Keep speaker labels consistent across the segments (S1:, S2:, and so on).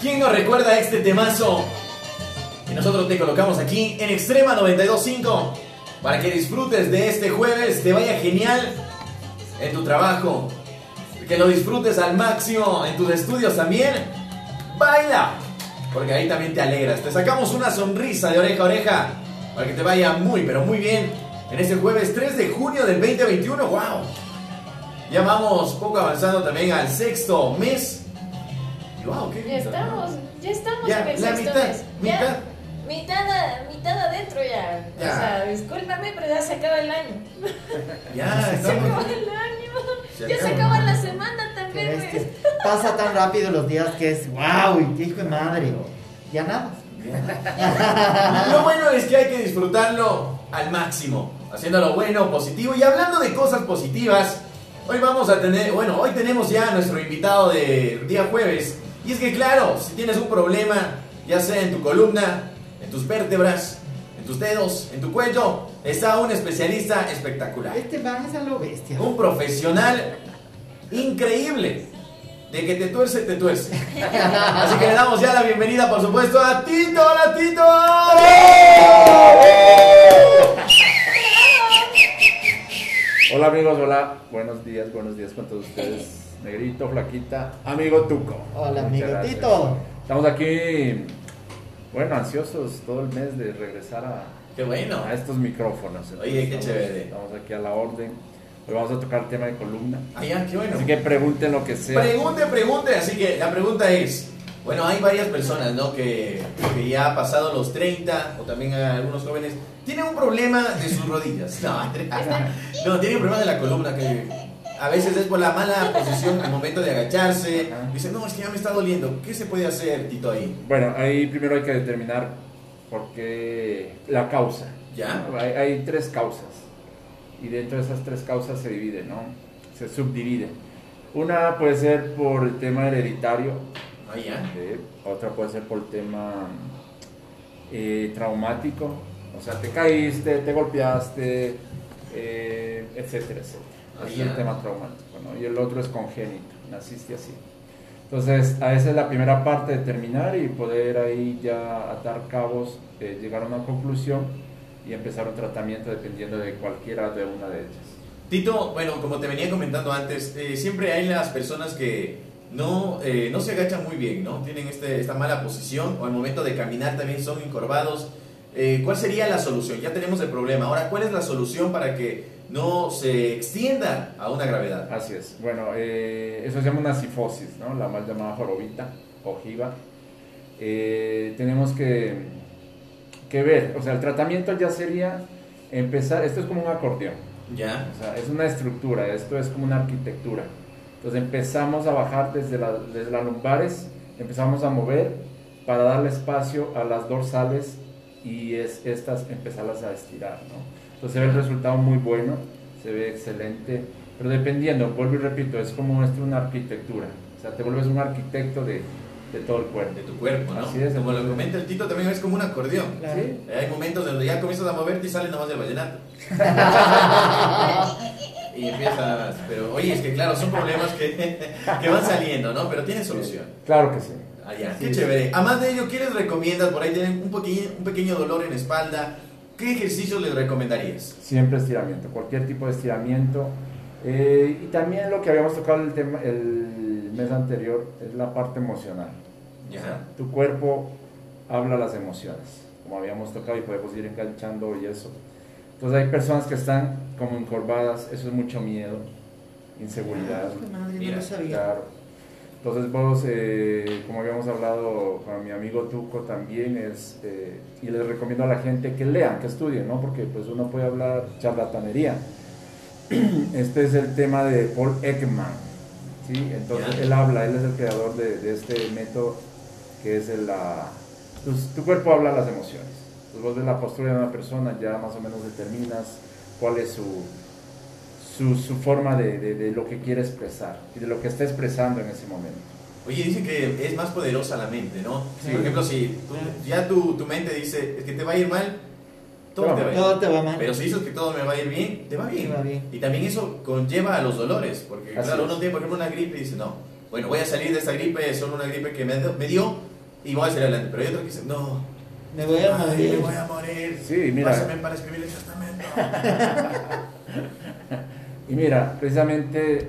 S1: ¿Quién nos recuerda este temazo? Que nosotros te colocamos aquí en Extrema 92.5 para que disfrutes de este jueves, te vaya genial en tu trabajo, que lo disfrutes al máximo en tus estudios también. Baila, porque ahí también te alegras. Te sacamos una sonrisa de oreja a oreja para que te vaya muy, pero muy bien en este jueves 3 de junio del 2021. ¡Wow! Ya vamos poco avanzando también al sexto mes. Y ¡Wow! ¡Qué
S2: Ya
S1: lindo, ¿no?
S2: estamos, ya estamos
S1: Ya,
S2: en el
S1: la
S2: sexto
S1: mitad,
S2: mes.
S1: mitad.
S2: Ya, mitad, a- mitad adentro ya.
S1: Ya.
S2: O sea, discúlpame, pero ya se acaba el año.
S1: Ya,
S2: Se acaba
S1: estamos.
S2: el año.
S1: Se
S2: ya se
S1: acaba.
S2: acaba la semana
S3: Qué
S2: también.
S3: bestia.
S2: güey.
S3: Pasa tan rápido los días que es wow, y qué hijo de madre. Ya nada.
S1: Lo bueno es que hay que disfrutarlo al máximo, haciendo lo bueno, positivo. Y hablando de cosas positivas, hoy vamos a tener, bueno, hoy tenemos ya a nuestro invitado de día jueves. Y es que claro, si tienes un problema, ya sea en tu columna, en tus vértebras, en tus dedos, en tu cuello, está un especialista espectacular.
S3: Este man es a lo bestia.
S1: Un profesional increíble. De que te tuerce, te tuerce. Así que le damos ya la bienvenida, por supuesto, a Tito, hola Tito.
S4: Hola amigos, hola, buenos días, buenos días con todos ustedes. Negrito, flaquita, amigo Tuco.
S3: Hola,
S4: Muchas
S3: amigo
S4: gracias.
S3: Tito.
S4: Estamos aquí, bueno, ansiosos todo el mes de regresar a,
S1: Qué bueno.
S4: a estos micrófonos.
S1: Oye, qué
S4: estamos-
S1: chévere.
S4: Estamos aquí a la orden. Hoy vamos a tocar el tema de columna.
S1: Ah, ya, qué bueno.
S4: Así que pregunten lo que sea.
S1: Pregunte, pregunte. Así que la pregunta es, bueno, hay varias personas, ¿no? Que, que ya ha pasado los 30 o también a algunos jóvenes. Tienen un problema de sus rodillas. No, entre- no, tienen un problema de la columna que a veces es por la mala posición al momento de agacharse.
S4: Ajá.
S1: Dicen, no, es que ya me está doliendo. ¿Qué se puede hacer, Tito, ahí?
S4: Bueno, ahí primero hay que determinar por qué la causa.
S1: Ya.
S4: Hay, hay tres causas. Y dentro de esas tres causas se divide, ¿no? Se subdivide. Una puede ser por el tema hereditario,
S1: Ah, ya.
S4: ¿sí? eh. otra puede ser por el tema eh, traumático, o sea, te caíste, te golpeaste, eh, etcétera, etcétera.
S1: Ah,
S4: Ese
S1: ya.
S4: es el tema traumático, ¿no? Y el otro es congénito, naciste así. Entonces, a esa es la primera parte de terminar y poder ahí ya atar cabos, eh, llegar a una conclusión y empezar un tratamiento dependiendo de cualquiera de una de ellas.
S1: Tito, bueno, como te venía comentando antes, eh, siempre hay las personas que no, eh, no se agachan muy bien, ¿no? Tienen este, esta mala posición o al momento de caminar también son encorvados. Eh, ¿Cuál sería la solución? Ya tenemos el problema. Ahora, ¿cuál es la solución para que no se extienda a una gravedad?
S4: Así es. Bueno, eh, eso se llama una sifosis, ¿no? La mal llamada jorobita, ojiva. Eh, tenemos que, que ver, o sea, el tratamiento ya sería empezar, esto es como un acordeón,
S1: Ya,
S4: o sea, es una estructura, esto es como una arquitectura. Entonces empezamos a bajar desde, la- desde las lumbares, empezamos a mover para darle espacio a las dorsales y es, estas empezarlas a estirar, ¿no? Entonces se ve el resultado muy bueno, se ve excelente, pero dependiendo, vuelvo y repito, es como esto una arquitectura, o sea, te vuelves un arquitecto de, de todo el cuerpo.
S1: de tu cuerpo, ¿no?
S4: Así es.
S1: como lo comenta el Tito, también es como un acordeón.
S3: Claro.
S4: ¿Sí?
S1: Eh, Hay momentos donde ya comienzas a moverte y sale nomás del vallenato. y empiezas, pero oye, es que claro, son problemas que, que van saliendo, ¿no? Pero tienen solución.
S4: Claro que sí.
S1: Allá,
S4: Sí.
S1: qué chévere. Además de ello, ¿qué les recomiendas? Por ahí tienen un pequeño, un pequeño dolor en espalda. ¿Qué ejercicios les recomendarías?
S4: Siempre estiramiento, cualquier tipo de estiramiento. Eh, y también lo que habíamos tocado el, tema, el mes anterior es la parte emocional.
S1: Ya.
S4: Tu cuerpo habla las emociones, como habíamos tocado y podemos ir enganchando y eso. Entonces hay personas que están como encorvadas, eso es mucho miedo, inseguridad.
S3: Hijo de madre, no
S1: Mira,
S3: lo sabía.
S4: Claro. Entonces vos, eh, como habíamos hablado con mi amigo Tuco también, es, eh, y les recomiendo a la gente que lean, que estudien, ¿no? Porque pues uno puede hablar charlatanería. Este es el tema de Paul Ekman, ¿sí? Entonces
S1: Ya.
S4: él habla, él es el creador de, de este método que es el, la... pues, tu cuerpo habla las emociones. Entonces vos ves la postura de una persona, ya más o menos determinas cuál es su, su, su forma de, de- de lo que quiere expresar y de lo que está expresando en ese momento.
S1: Oye, dicen que es más poderosa la mente, ¿no?
S3: Sí.
S1: Por ejemplo, si tú- ya tu, tu mente dice, es que te va a ir mal, todo
S4: Todo
S1: te va a ir
S3: Todo te va mal.
S1: Pero si dices que todo me va a ir bien, te va bien.
S3: Te va bien.
S1: Y también eso conlleva a los dolores, porque
S4: Así
S1: claro,
S4: es.
S1: uno tiene por ejemplo una gripe y dice, no, bueno, voy a salir de esta gripe, es solo una gripe que me, me dio, Y voy a salir adelante, pero hay otros que dicen, no.
S3: Me voy a
S1: ay,
S3: morir.
S1: me voy a morir.
S4: Ah, Sí, mira.
S1: Pásame para escribir el testamento.
S4: Y mira, precisamente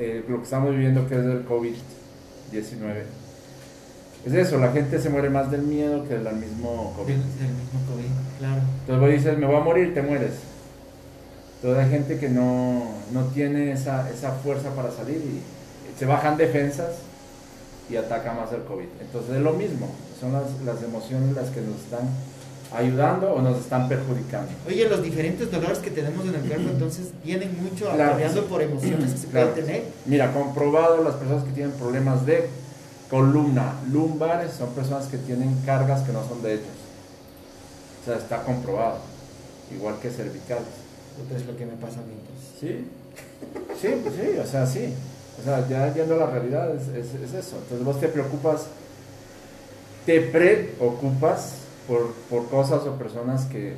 S4: eh, lo que estamos viviendo que es el COVID-19. Es eso, la gente se muere más del miedo que del mismo COVID.
S3: Del, del mismo COVID, claro.
S4: Entonces vos dices, me voy a morir, te mueres. Entonces hay gente que no, no tiene esa, esa fuerza para salir y se bajan defensas y ataca más el COVID. Entonces es lo mismo, son las, las emociones las que nos están ayudando o nos están perjudicando.
S3: Oye, los diferentes dolores que tenemos en el cuerpo entonces vienen mucho
S4: Claro.
S3: apoyando por emociones que se
S4: Claro.
S3: pueden tener.
S4: Mira, comprobado las personas que tienen problemas de columna, lumbares, son personas que tienen cargas que no son de ellos. O sea, está comprobado. Igual que cervicales.
S3: Puta, es lo que me pasa a mí. pues.
S4: Sí. Sí, pues sí, o sea, sí. O sea, ya viendo la realidad es, es- es eso. Entonces vos te preocupas, te preocupas por, por cosas o personas que,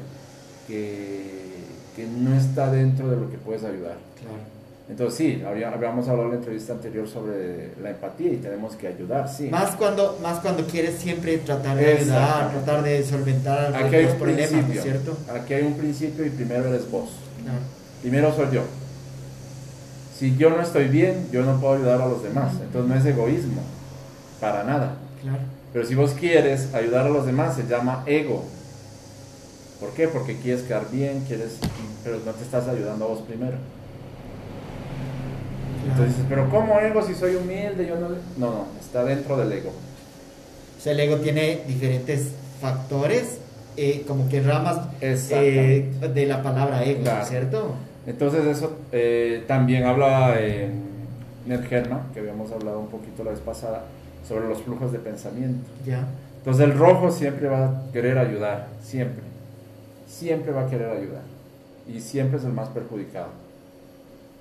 S4: que, que no está dentro de lo que puedes ayudar.
S3: Claro.
S4: Entonces sí, habría- habíamos hablado en la entrevista anterior sobre la empatía y tenemos que ayudar, sí.
S3: Más cuando, más cuando quieres siempre tratar de ayudar,
S4: Exacto.
S3: tratar de solventar
S4: aquí hay
S3: los
S4: un
S3: problemas, ¿no es
S4: principio.
S3: cierto?
S4: Aquí hay un principio y primero eres vos.
S3: Claro.
S4: Primero soy yo. Si yo no estoy bien, yo no puedo ayudar a los demás. Entonces no es egoísmo, para nada.
S3: Claro.
S4: Pero si vos quieres ayudar a los demás, se llama ego. ¿Por qué? Porque quieres quedar bien, quieres, pero no te estás ayudando a vos primero.
S3: claro.
S4: Entonces dices, pero ¿cómo ego si soy humilde? Yo no, no, no, está dentro del ego.
S3: O sea, el ego tiene diferentes factores, eh, como que ramas eh,
S4: Exactamente.
S3: de la palabra ego, ¿no
S4: Claro.
S3: es ¿cierto?
S4: Entonces eso eh, también habla eh, Ned Germa, que habíamos hablado un poquito la vez pasada, sobre los flujos de pensamiento.
S3: Ya.
S4: Entonces el rojo siempre va a querer ayudar, siempre. Siempre va a querer ayudar. Y siempre es el más perjudicado.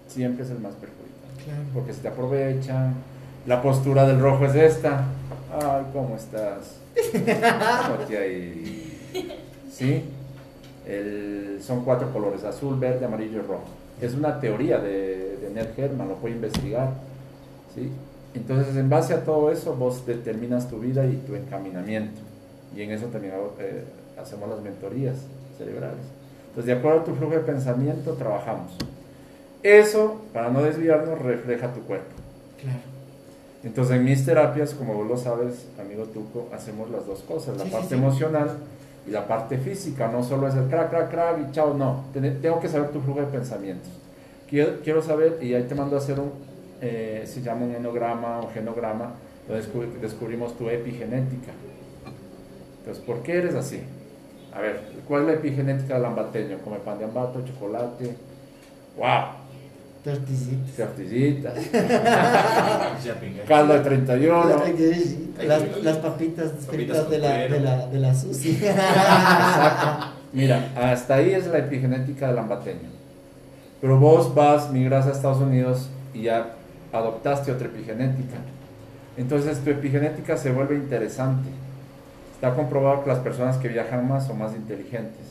S4: Siempre es el más perjudicado.
S3: Claro.
S4: Porque se te aprovechan. La postura del rojo es esta. Ay, ¿cómo estás? ¿Cómo te ha ido? ¿Sí? El- son cuatro colores, azul, verde, amarillo y rojo. Es una teoría de, de Ned Herman, lo puede investigar. ¿sí? Entonces, en base a todo eso, vos determinas tu vida y tu encaminamiento. Y en eso también hago- eh, hacemos las mentorías cerebrales. Entonces, de acuerdo a tu flujo de pensamiento, trabajamos. Eso, para no desviarnos, refleja tu cuerpo.
S3: Claro.
S4: Entonces, en mis terapias, como vos lo sabes, amigo Tuco, hacemos las dos cosas, la
S3: Sí, sí,
S4: parte
S3: sí.
S4: emocional y la parte física. No solo es el crack, crack, crack y chao, no. Ten- Tengo que saber tu flujo de pensamientos. Quiero, quiero saber, y ahí te mando a hacer un, eh, se llama un enograma o genograma, donde descu- descubrimos tu epigenética. Entonces, ¿por qué eres así? A ver, ¿cuál es la epigenética del ambateño? Come pan de ambato, chocolate. ¡Wow!
S3: Tortillitas.
S4: Certillitas,
S1: Ya pingué.
S4: caldo de 31.
S3: Las, las papitas fritas de la, de la, de la Susi.
S4: Exacto. Mira, hasta ahí es la epigenética del ambateño. Pero vos vas, migras a Estados Unidos y ya adoptaste otra epigenética. Entonces tu epigenética se vuelve interesante. Está comprobado que las personas que viajan más son más inteligentes.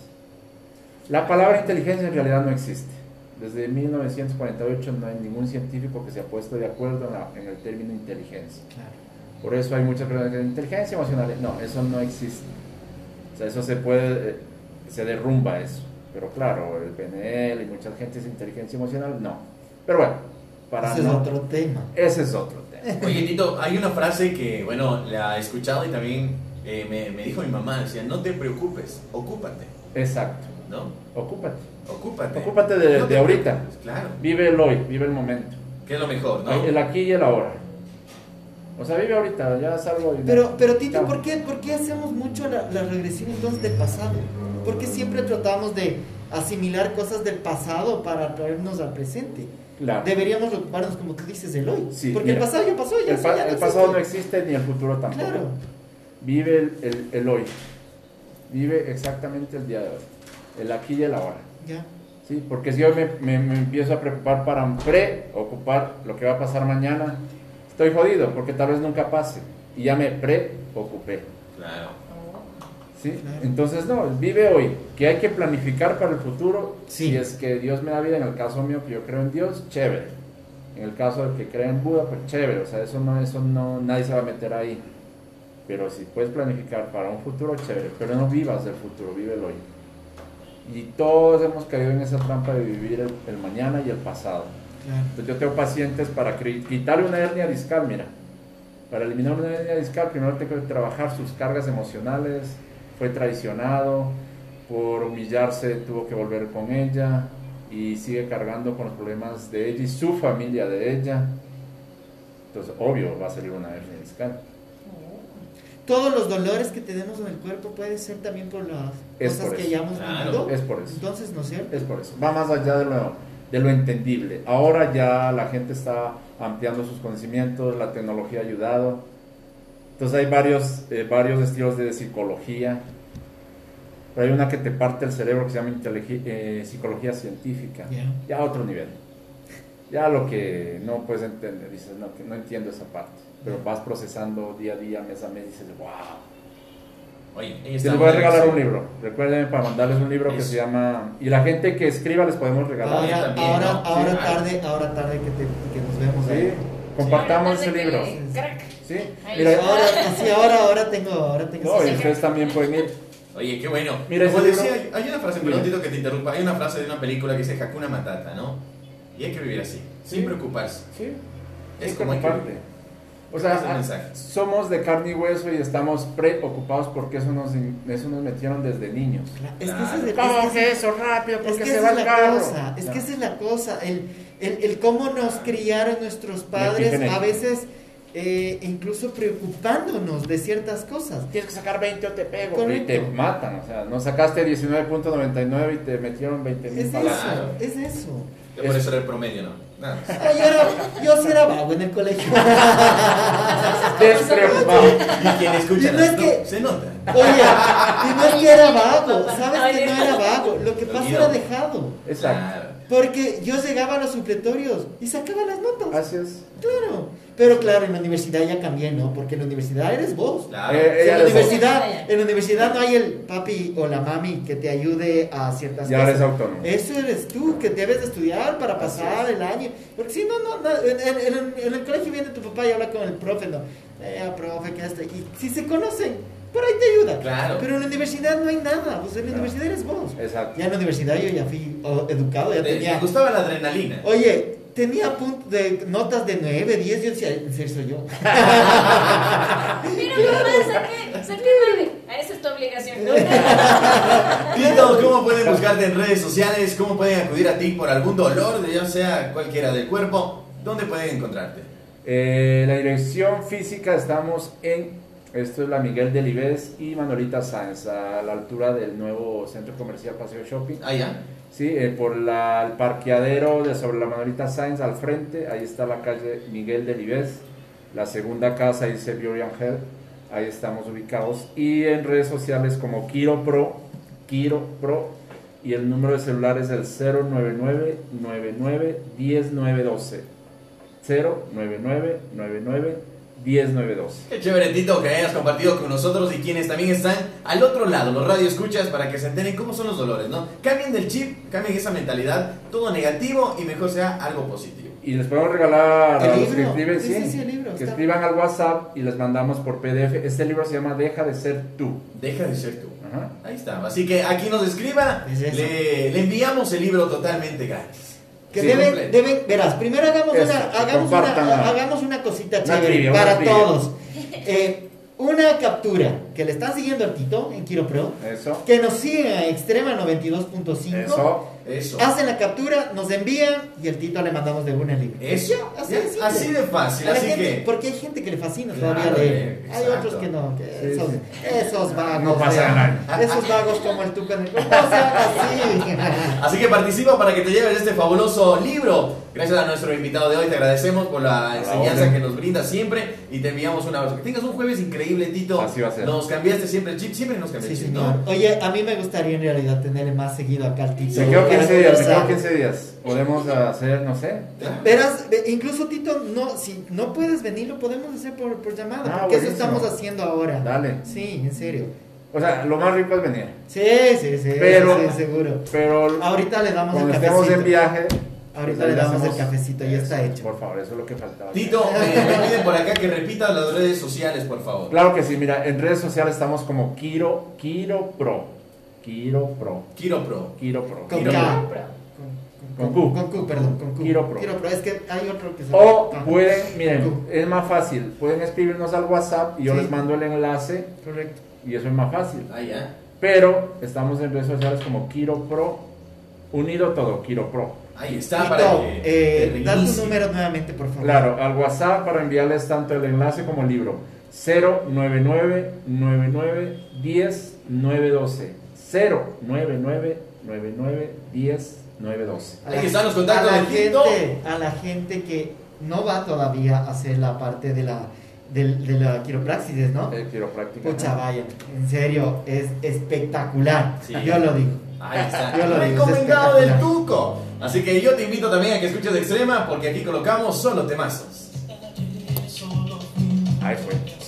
S4: La palabra inteligencia en realidad no existe. Desde 1948 no hay ningún científico que se ha puesto de acuerdo en, la- en el término inteligencia.
S3: Claro.
S4: Por eso hay muchas personas que dicen inteligencia emocional. No, eso no existe. O sea, eso se puede, eh, se derrumba eso. Pero claro, el PNL y mucha gente dice inteligencia emocional, no. Pero bueno, para
S3: Ese
S4: no-
S3: es otro Eh. tema.
S4: Ese es otro tema.
S1: Oye, Tito, hay una frase que, bueno, la he escuchado y también eh, me, me dijo mi mamá, decía, no te preocupes, ocúpate,
S4: Exacto.
S1: ¿no?
S4: Ocúpate.
S1: Ocúpate.
S4: Ocúpate de-
S1: te
S4: de ahorita.
S1: preocupes, Claro,
S4: Vive el hoy, vive el momento.
S1: que es lo mejor, ¿no?
S4: El aquí y el ahora. O sea, vive ahorita, ya salgo y...
S3: Pero, pero Tito,
S4: Chao.
S3: ¿por qué, ¿por qué hacemos mucho la, la regresión entonces del pasado? ¿Por qué siempre tratamos de asimilar cosas del pasado para traernos al presente?
S4: Claro.
S3: Deberíamos ocuparnos, como tú dices, del hoy.
S4: Sí,
S3: Porque el
S4: mira.
S3: pasado ya pasó, ya,
S4: El,
S3: eso
S4: pa-
S3: ya
S4: el pasado no
S3: existe.
S4: existe ni el futuro tampoco.
S3: Claro,
S4: Vive el, el- el hoy. Vive exactamente el día de hoy. El aquí y el ahora.
S3: ya.
S4: Sí, porque si yo me, me- me empiezo a preocupar para preocupar lo que va a pasar mañana, estoy jodido porque tal vez nunca pase. Y ya me preocupé.
S1: Claro.
S4: ¿sí?
S3: Claro.
S4: Entonces, no, vive hoy. Que hay que planificar para el futuro.
S3: Sí.
S4: Si es que Dios me da vida, en el caso mío que yo creo en Dios, chévere. En el caso del que cree en Buda, pues chévere. O sea, eso no, eso no, nadie se va a meter ahí. Pero si puedes planificar para un futuro, chévere, pero no vivas del futuro, vive el hoy. Y todos hemos caído en esa trampa de vivir el, el mañana y el pasado.
S3: Claro.
S4: Entonces yo tengo pacientes para cri- quitarle una hernia discal, mira. Para eliminar una hernia discal, primero tengo que trabajar sus cargas emocionales, fue traicionado, por humillarse tuvo que volver con ella y sigue cargando con los problemas de ella y su familia de ella. Entonces, obvio, va a salir una hernia discal.
S3: Todos los dolores que tenemos en el cuerpo pueden ser también por las
S4: Es
S3: cosas
S4: por
S3: que
S4: eso.
S3: hayamos
S1: Claro,
S3: vivido.
S4: Es por eso.
S3: Entonces, ¿no es cierto?
S4: Es por eso. Va más allá de lo, de lo entendible. Ahora ya la gente está ampliando sus conocimientos, la tecnología ha ayudado. Entonces hay varios, eh, varios estilos de psicología. Pero hay una que te parte el cerebro que se llama inteligen- eh, psicología científica.
S3: Ya.
S4: Ya a otro nivel. Ya lo que no puedes entender, dices, no, que no entiendo esa parte. Pero vas procesando día a día, mes a mes, dices, wow.
S1: Oye, ella
S4: Se
S1: está
S4: les voy a
S1: muy
S4: regalar
S1: bien.
S4: un libro. Recuerden para mandarles un libro que
S1: Eso.
S4: se llama. Y la gente que escriba les podemos regalar.
S1: Ah,
S3: Ahora,
S1: también, ¿no?
S3: ahora,
S1: Sí,
S3: ahora
S1: claro.
S3: tarde, ahora tarde que, te- que nos vemos ¿eh?
S4: Sí,
S3: ahí.
S4: Compartamos
S2: Sí,
S4: ese
S2: ahora
S4: libro.
S2: tarde que- Crack.
S4: Sí.
S2: Ahí
S4: Mira,
S2: está.
S3: Ahora, así, ahora, ahora tengo, ahora tengo.
S4: no, y
S3: esa-
S4: ustedes también pueden ir.
S1: Oye, qué bueno.
S4: Mira,
S1: Como
S4: ese libro-
S1: decía, hay- hay una frase,
S4: Mira.
S1: perdón, Tito, que te interrumpa. Hay una frase de una película que dice Hakuna Matata, ¿no? Y hay que vivir así, sin
S4: Sí.
S1: preocuparse.
S4: Sí.
S1: Es
S4: sí,
S1: como hay que
S4: comparte.
S1: vivir.
S4: O
S1: Ese es el
S4: sea, ah,
S1: mensaje.
S4: somos de carne y hueso y estamos preocupados porque eso nos, eso nos metieron desde niños.
S3: Es que ese es el-
S4: ¿Cómo
S3: es que
S4: que eso rápido?
S3: Es
S4: Porque
S3: que
S4: se
S3: esa
S4: va
S3: es
S4: el
S3: la
S4: carro.
S3: cosa, es que
S4: Ya.
S3: esa es la cosa, el, el, el cómo nos criaron nuestros padres,
S4: epigenética.
S3: a veces eh, incluso preocupándonos de ciertas cosas.
S4: Tienes que sacar 20 o te pego.
S3: Correcto.
S4: Y te matan. O sea, no sacaste 19.99 y te metieron 20 mil
S3: Es
S4: palabras.
S3: eso,
S1: Claro.
S3: es eso.
S1: Yo por eso era el promedio, ¿no? Nada más.
S3: Ah, yo, era- yo sí era vago en el colegio.
S4: Despreocupado.
S1: Y quien escucha
S3: Y no es
S1: no,
S3: que-
S1: se nota.
S3: Oye, y no es que era vago, sabes que no era vago, lo que pasa era dejado.
S4: Exacto.
S1: Claro.
S3: Porque yo llegaba a los supletorios y sacaba las notas,
S4: Así es.
S3: claro. Pero claro, en la universidad ya cambié, ¿no? Porque en la universidad eres vos.
S1: Claro.
S4: Eh,
S3: Sí, en, la
S4: ella les-
S3: universidad, en la universidad no hay el papi o la mami que te ayude a ciertas
S4: Y ahora es
S3: cosas.
S4: autónomo.
S3: Eso eres tú que debes de estudiar para
S4: Así
S3: pasar
S4: es.
S3: el año. Porque si no, no, no, en, en- en- en el colegio viene tu papá y habla con el profe, no. Eh, profe, que esto. Y si se conocen, por ahí te ayuda.
S1: Claro.
S3: Pero en la universidad no hay nada. Pues en la
S4: Claro.
S3: universidad eres vos.
S4: Exacto.
S3: Ya en la universidad yo ya fui oh, educado,
S1: Te,
S3: ya
S1: te
S3: tenía.
S1: gustaba la adrenalina.
S3: Oye, tenía punt- de notas de 9, 10. Yo decía, en serio soy yo.
S2: Mira, mamá, saqué, saqué nueve. Ah, Esa es tu obligación. ¿no?
S1: Tito, ¿cómo pueden buscarte en redes sociales? ¿Cómo pueden acudir a ti por algún dolor, de ya sea cualquiera del cuerpo? ¿Dónde pueden encontrarte?
S4: Eh, la dirección física estamos en. Esto es la Miguel de Delibes y Manolita Sáenz, a la altura del nuevo centro comercial Paseo Shopping.
S1: Ah, ya.
S4: Sí, eh, por la- el parqueadero de sobre la Manolita Sáenz al frente, ahí está la calle Miguel de Delibes. La segunda casa dice Biorian Health, ahí estamos ubicados. Y en redes sociales como Kiro Pro, Kiro Pro, y el número de celular es el 099-99-10912. 099-99-10912.
S1: Qué chévere, Tito, que hayas compartido con nosotros y quienes también están al otro lado, los radio escuchas, para que se enteren cómo son los dolores, ¿no? Cambien del chip, cambien esa mentalidad, todo negativo y mejor sea algo positivo.
S4: Y les podemos regalar
S3: El
S4: a los que
S3: libro.
S4: escriben,
S3: Sí,
S4: sí,
S3: sí, sí, el libro,
S4: que
S3: está-
S4: escriban al WhatsApp y les mandamos por PDF. Este libro se llama Deja de ser tú.
S1: Deja de ser tú.
S4: Ajá.
S1: Ahí está. Así que aquí nos escriba,
S3: Es eso.
S1: le, le enviamos el libro totalmente gratis.
S3: Que
S1: Sí,
S3: deben,
S1: completo.
S3: deben, verás, primero hagamos
S4: Eso,
S3: una,
S4: que
S3: hagamos
S4: compartan
S3: una,
S4: la-
S3: hagamos una cosita
S4: una
S3: chévere
S4: trivia, una
S3: para
S4: trivia.
S3: todos. Eh, una captura que le están siguiendo al Tito en Quiropro,
S4: Eso.
S3: que nos siguen a Extrema
S4: Eso.
S3: 92.5,
S1: Eso.
S3: hacen la captura, nos envían y el Tito le mandamos de una libre.
S4: Eh,
S1: Eso.
S3: Así
S1: Ya,
S3: de simple.
S1: Así de fácil,
S3: A la
S1: así
S3: gente-
S1: que.
S3: Porque hay gente que le fascina
S1: Claro,
S3: todavía leer.
S1: eh,
S3: Hay
S1: exacto.
S3: otros que no, que
S4: Sí,
S3: esos,
S4: sí.
S3: esos vagos.
S4: No pasa
S3: vean,
S4: nada.
S3: Esos vagos como el Tuca. No sean así.
S1: Así que participa para que te lleves este fabuloso libro. Gracias a nuestro invitado de hoy, te agradecemos por la
S4: la
S1: enseñanza
S4: orden.
S1: que nos brinda siempre y te enviamos un abrazo. Que tengas un jueves increíble, Tito.
S4: Así va a ser.
S1: Nos cambiaste siempre el chip, siempre nos cambiaste
S3: Sí,
S1: el chip,
S3: señor.
S1: ¿no?
S3: Oye, a mí me gustaría en realidad tenerle más seguido acá al Tito.
S4: Se quedó
S3: Para
S4: 15 días, se
S3: conversar.
S4: quedó 15 días. Podemos hacer, no sé.
S3: Verás, ve- incluso Tito, no, si no puedes venir, lo podemos hacer por, por llamada.
S4: Ah,
S3: porque eso
S4: buenísimo.
S3: estamos haciendo ahora.
S4: Dale.
S3: Sí, en serio.
S4: O sea, lo más rico es venir.
S3: Sí, sí, sí.
S4: Pero-
S3: sí, seguro.
S4: Pero
S3: Ahorita le damos
S4: cuando
S3: el
S4: estemos
S3: cafecito.
S4: en viaje,
S3: Ahorita
S4: Pues ahí
S3: le damos
S4: hacemos-
S3: el cafecito, ya está
S4: Eso,
S3: hecho.
S4: Por favor, eso es lo que faltaba.
S1: Tito, eh, me piden por acá que repitas las redes sociales, por favor.
S4: Claro que sí, mira, en redes sociales estamos como Kiro, Kiro Pro. Kiro Pro.
S1: Quiropro.
S4: Kiro Pro.
S3: Con
S1: Kiro
S3: K.
S4: Con Q. Oh,
S3: Con Q, perdón, con Q.
S4: Kiro Pro.
S3: Kiro Es que hay otro que se
S4: O
S3: Ah,
S4: pueden,
S3: Q.
S4: miren, es más fácil. Pueden escribirnos al WhatsApp y yo
S3: Sí.
S4: les mando el enlace
S3: Correcto.
S4: y eso es más fácil.
S1: Ah, ya.
S4: Pero estamos en redes sociales como Kiro Pro. Unido todo, Kiro Pro.
S1: Ahí está, para
S3: Tito,
S1: que.
S3: eh,
S1: te
S3: da tu
S1: reinicie.
S3: número nuevamente, por favor.
S4: Claro, al WhatsApp para enviarles tanto el enlace como el libro. 099 99 10 912 099 99 10 912
S1: Ahí están los contactos
S3: a la
S1: de Tito.
S3: gente, a la gente que no va todavía a hacer la parte de la, del- de, la quiropraxis, ¿no?
S1: Eh,
S4: El quiropráctico.
S3: Ah. Pucha, vaya, en serio, es espectacular.
S1: Sí.
S3: Yo lo digo.
S1: Ahí está.
S3: Yo lo digo, es
S1: Recomendado del
S3: espectacular.
S1: Tuco. Así que yo te invito también a que escuches Extrema porque aquí colocamos solo temazos.
S4: Ahí fue.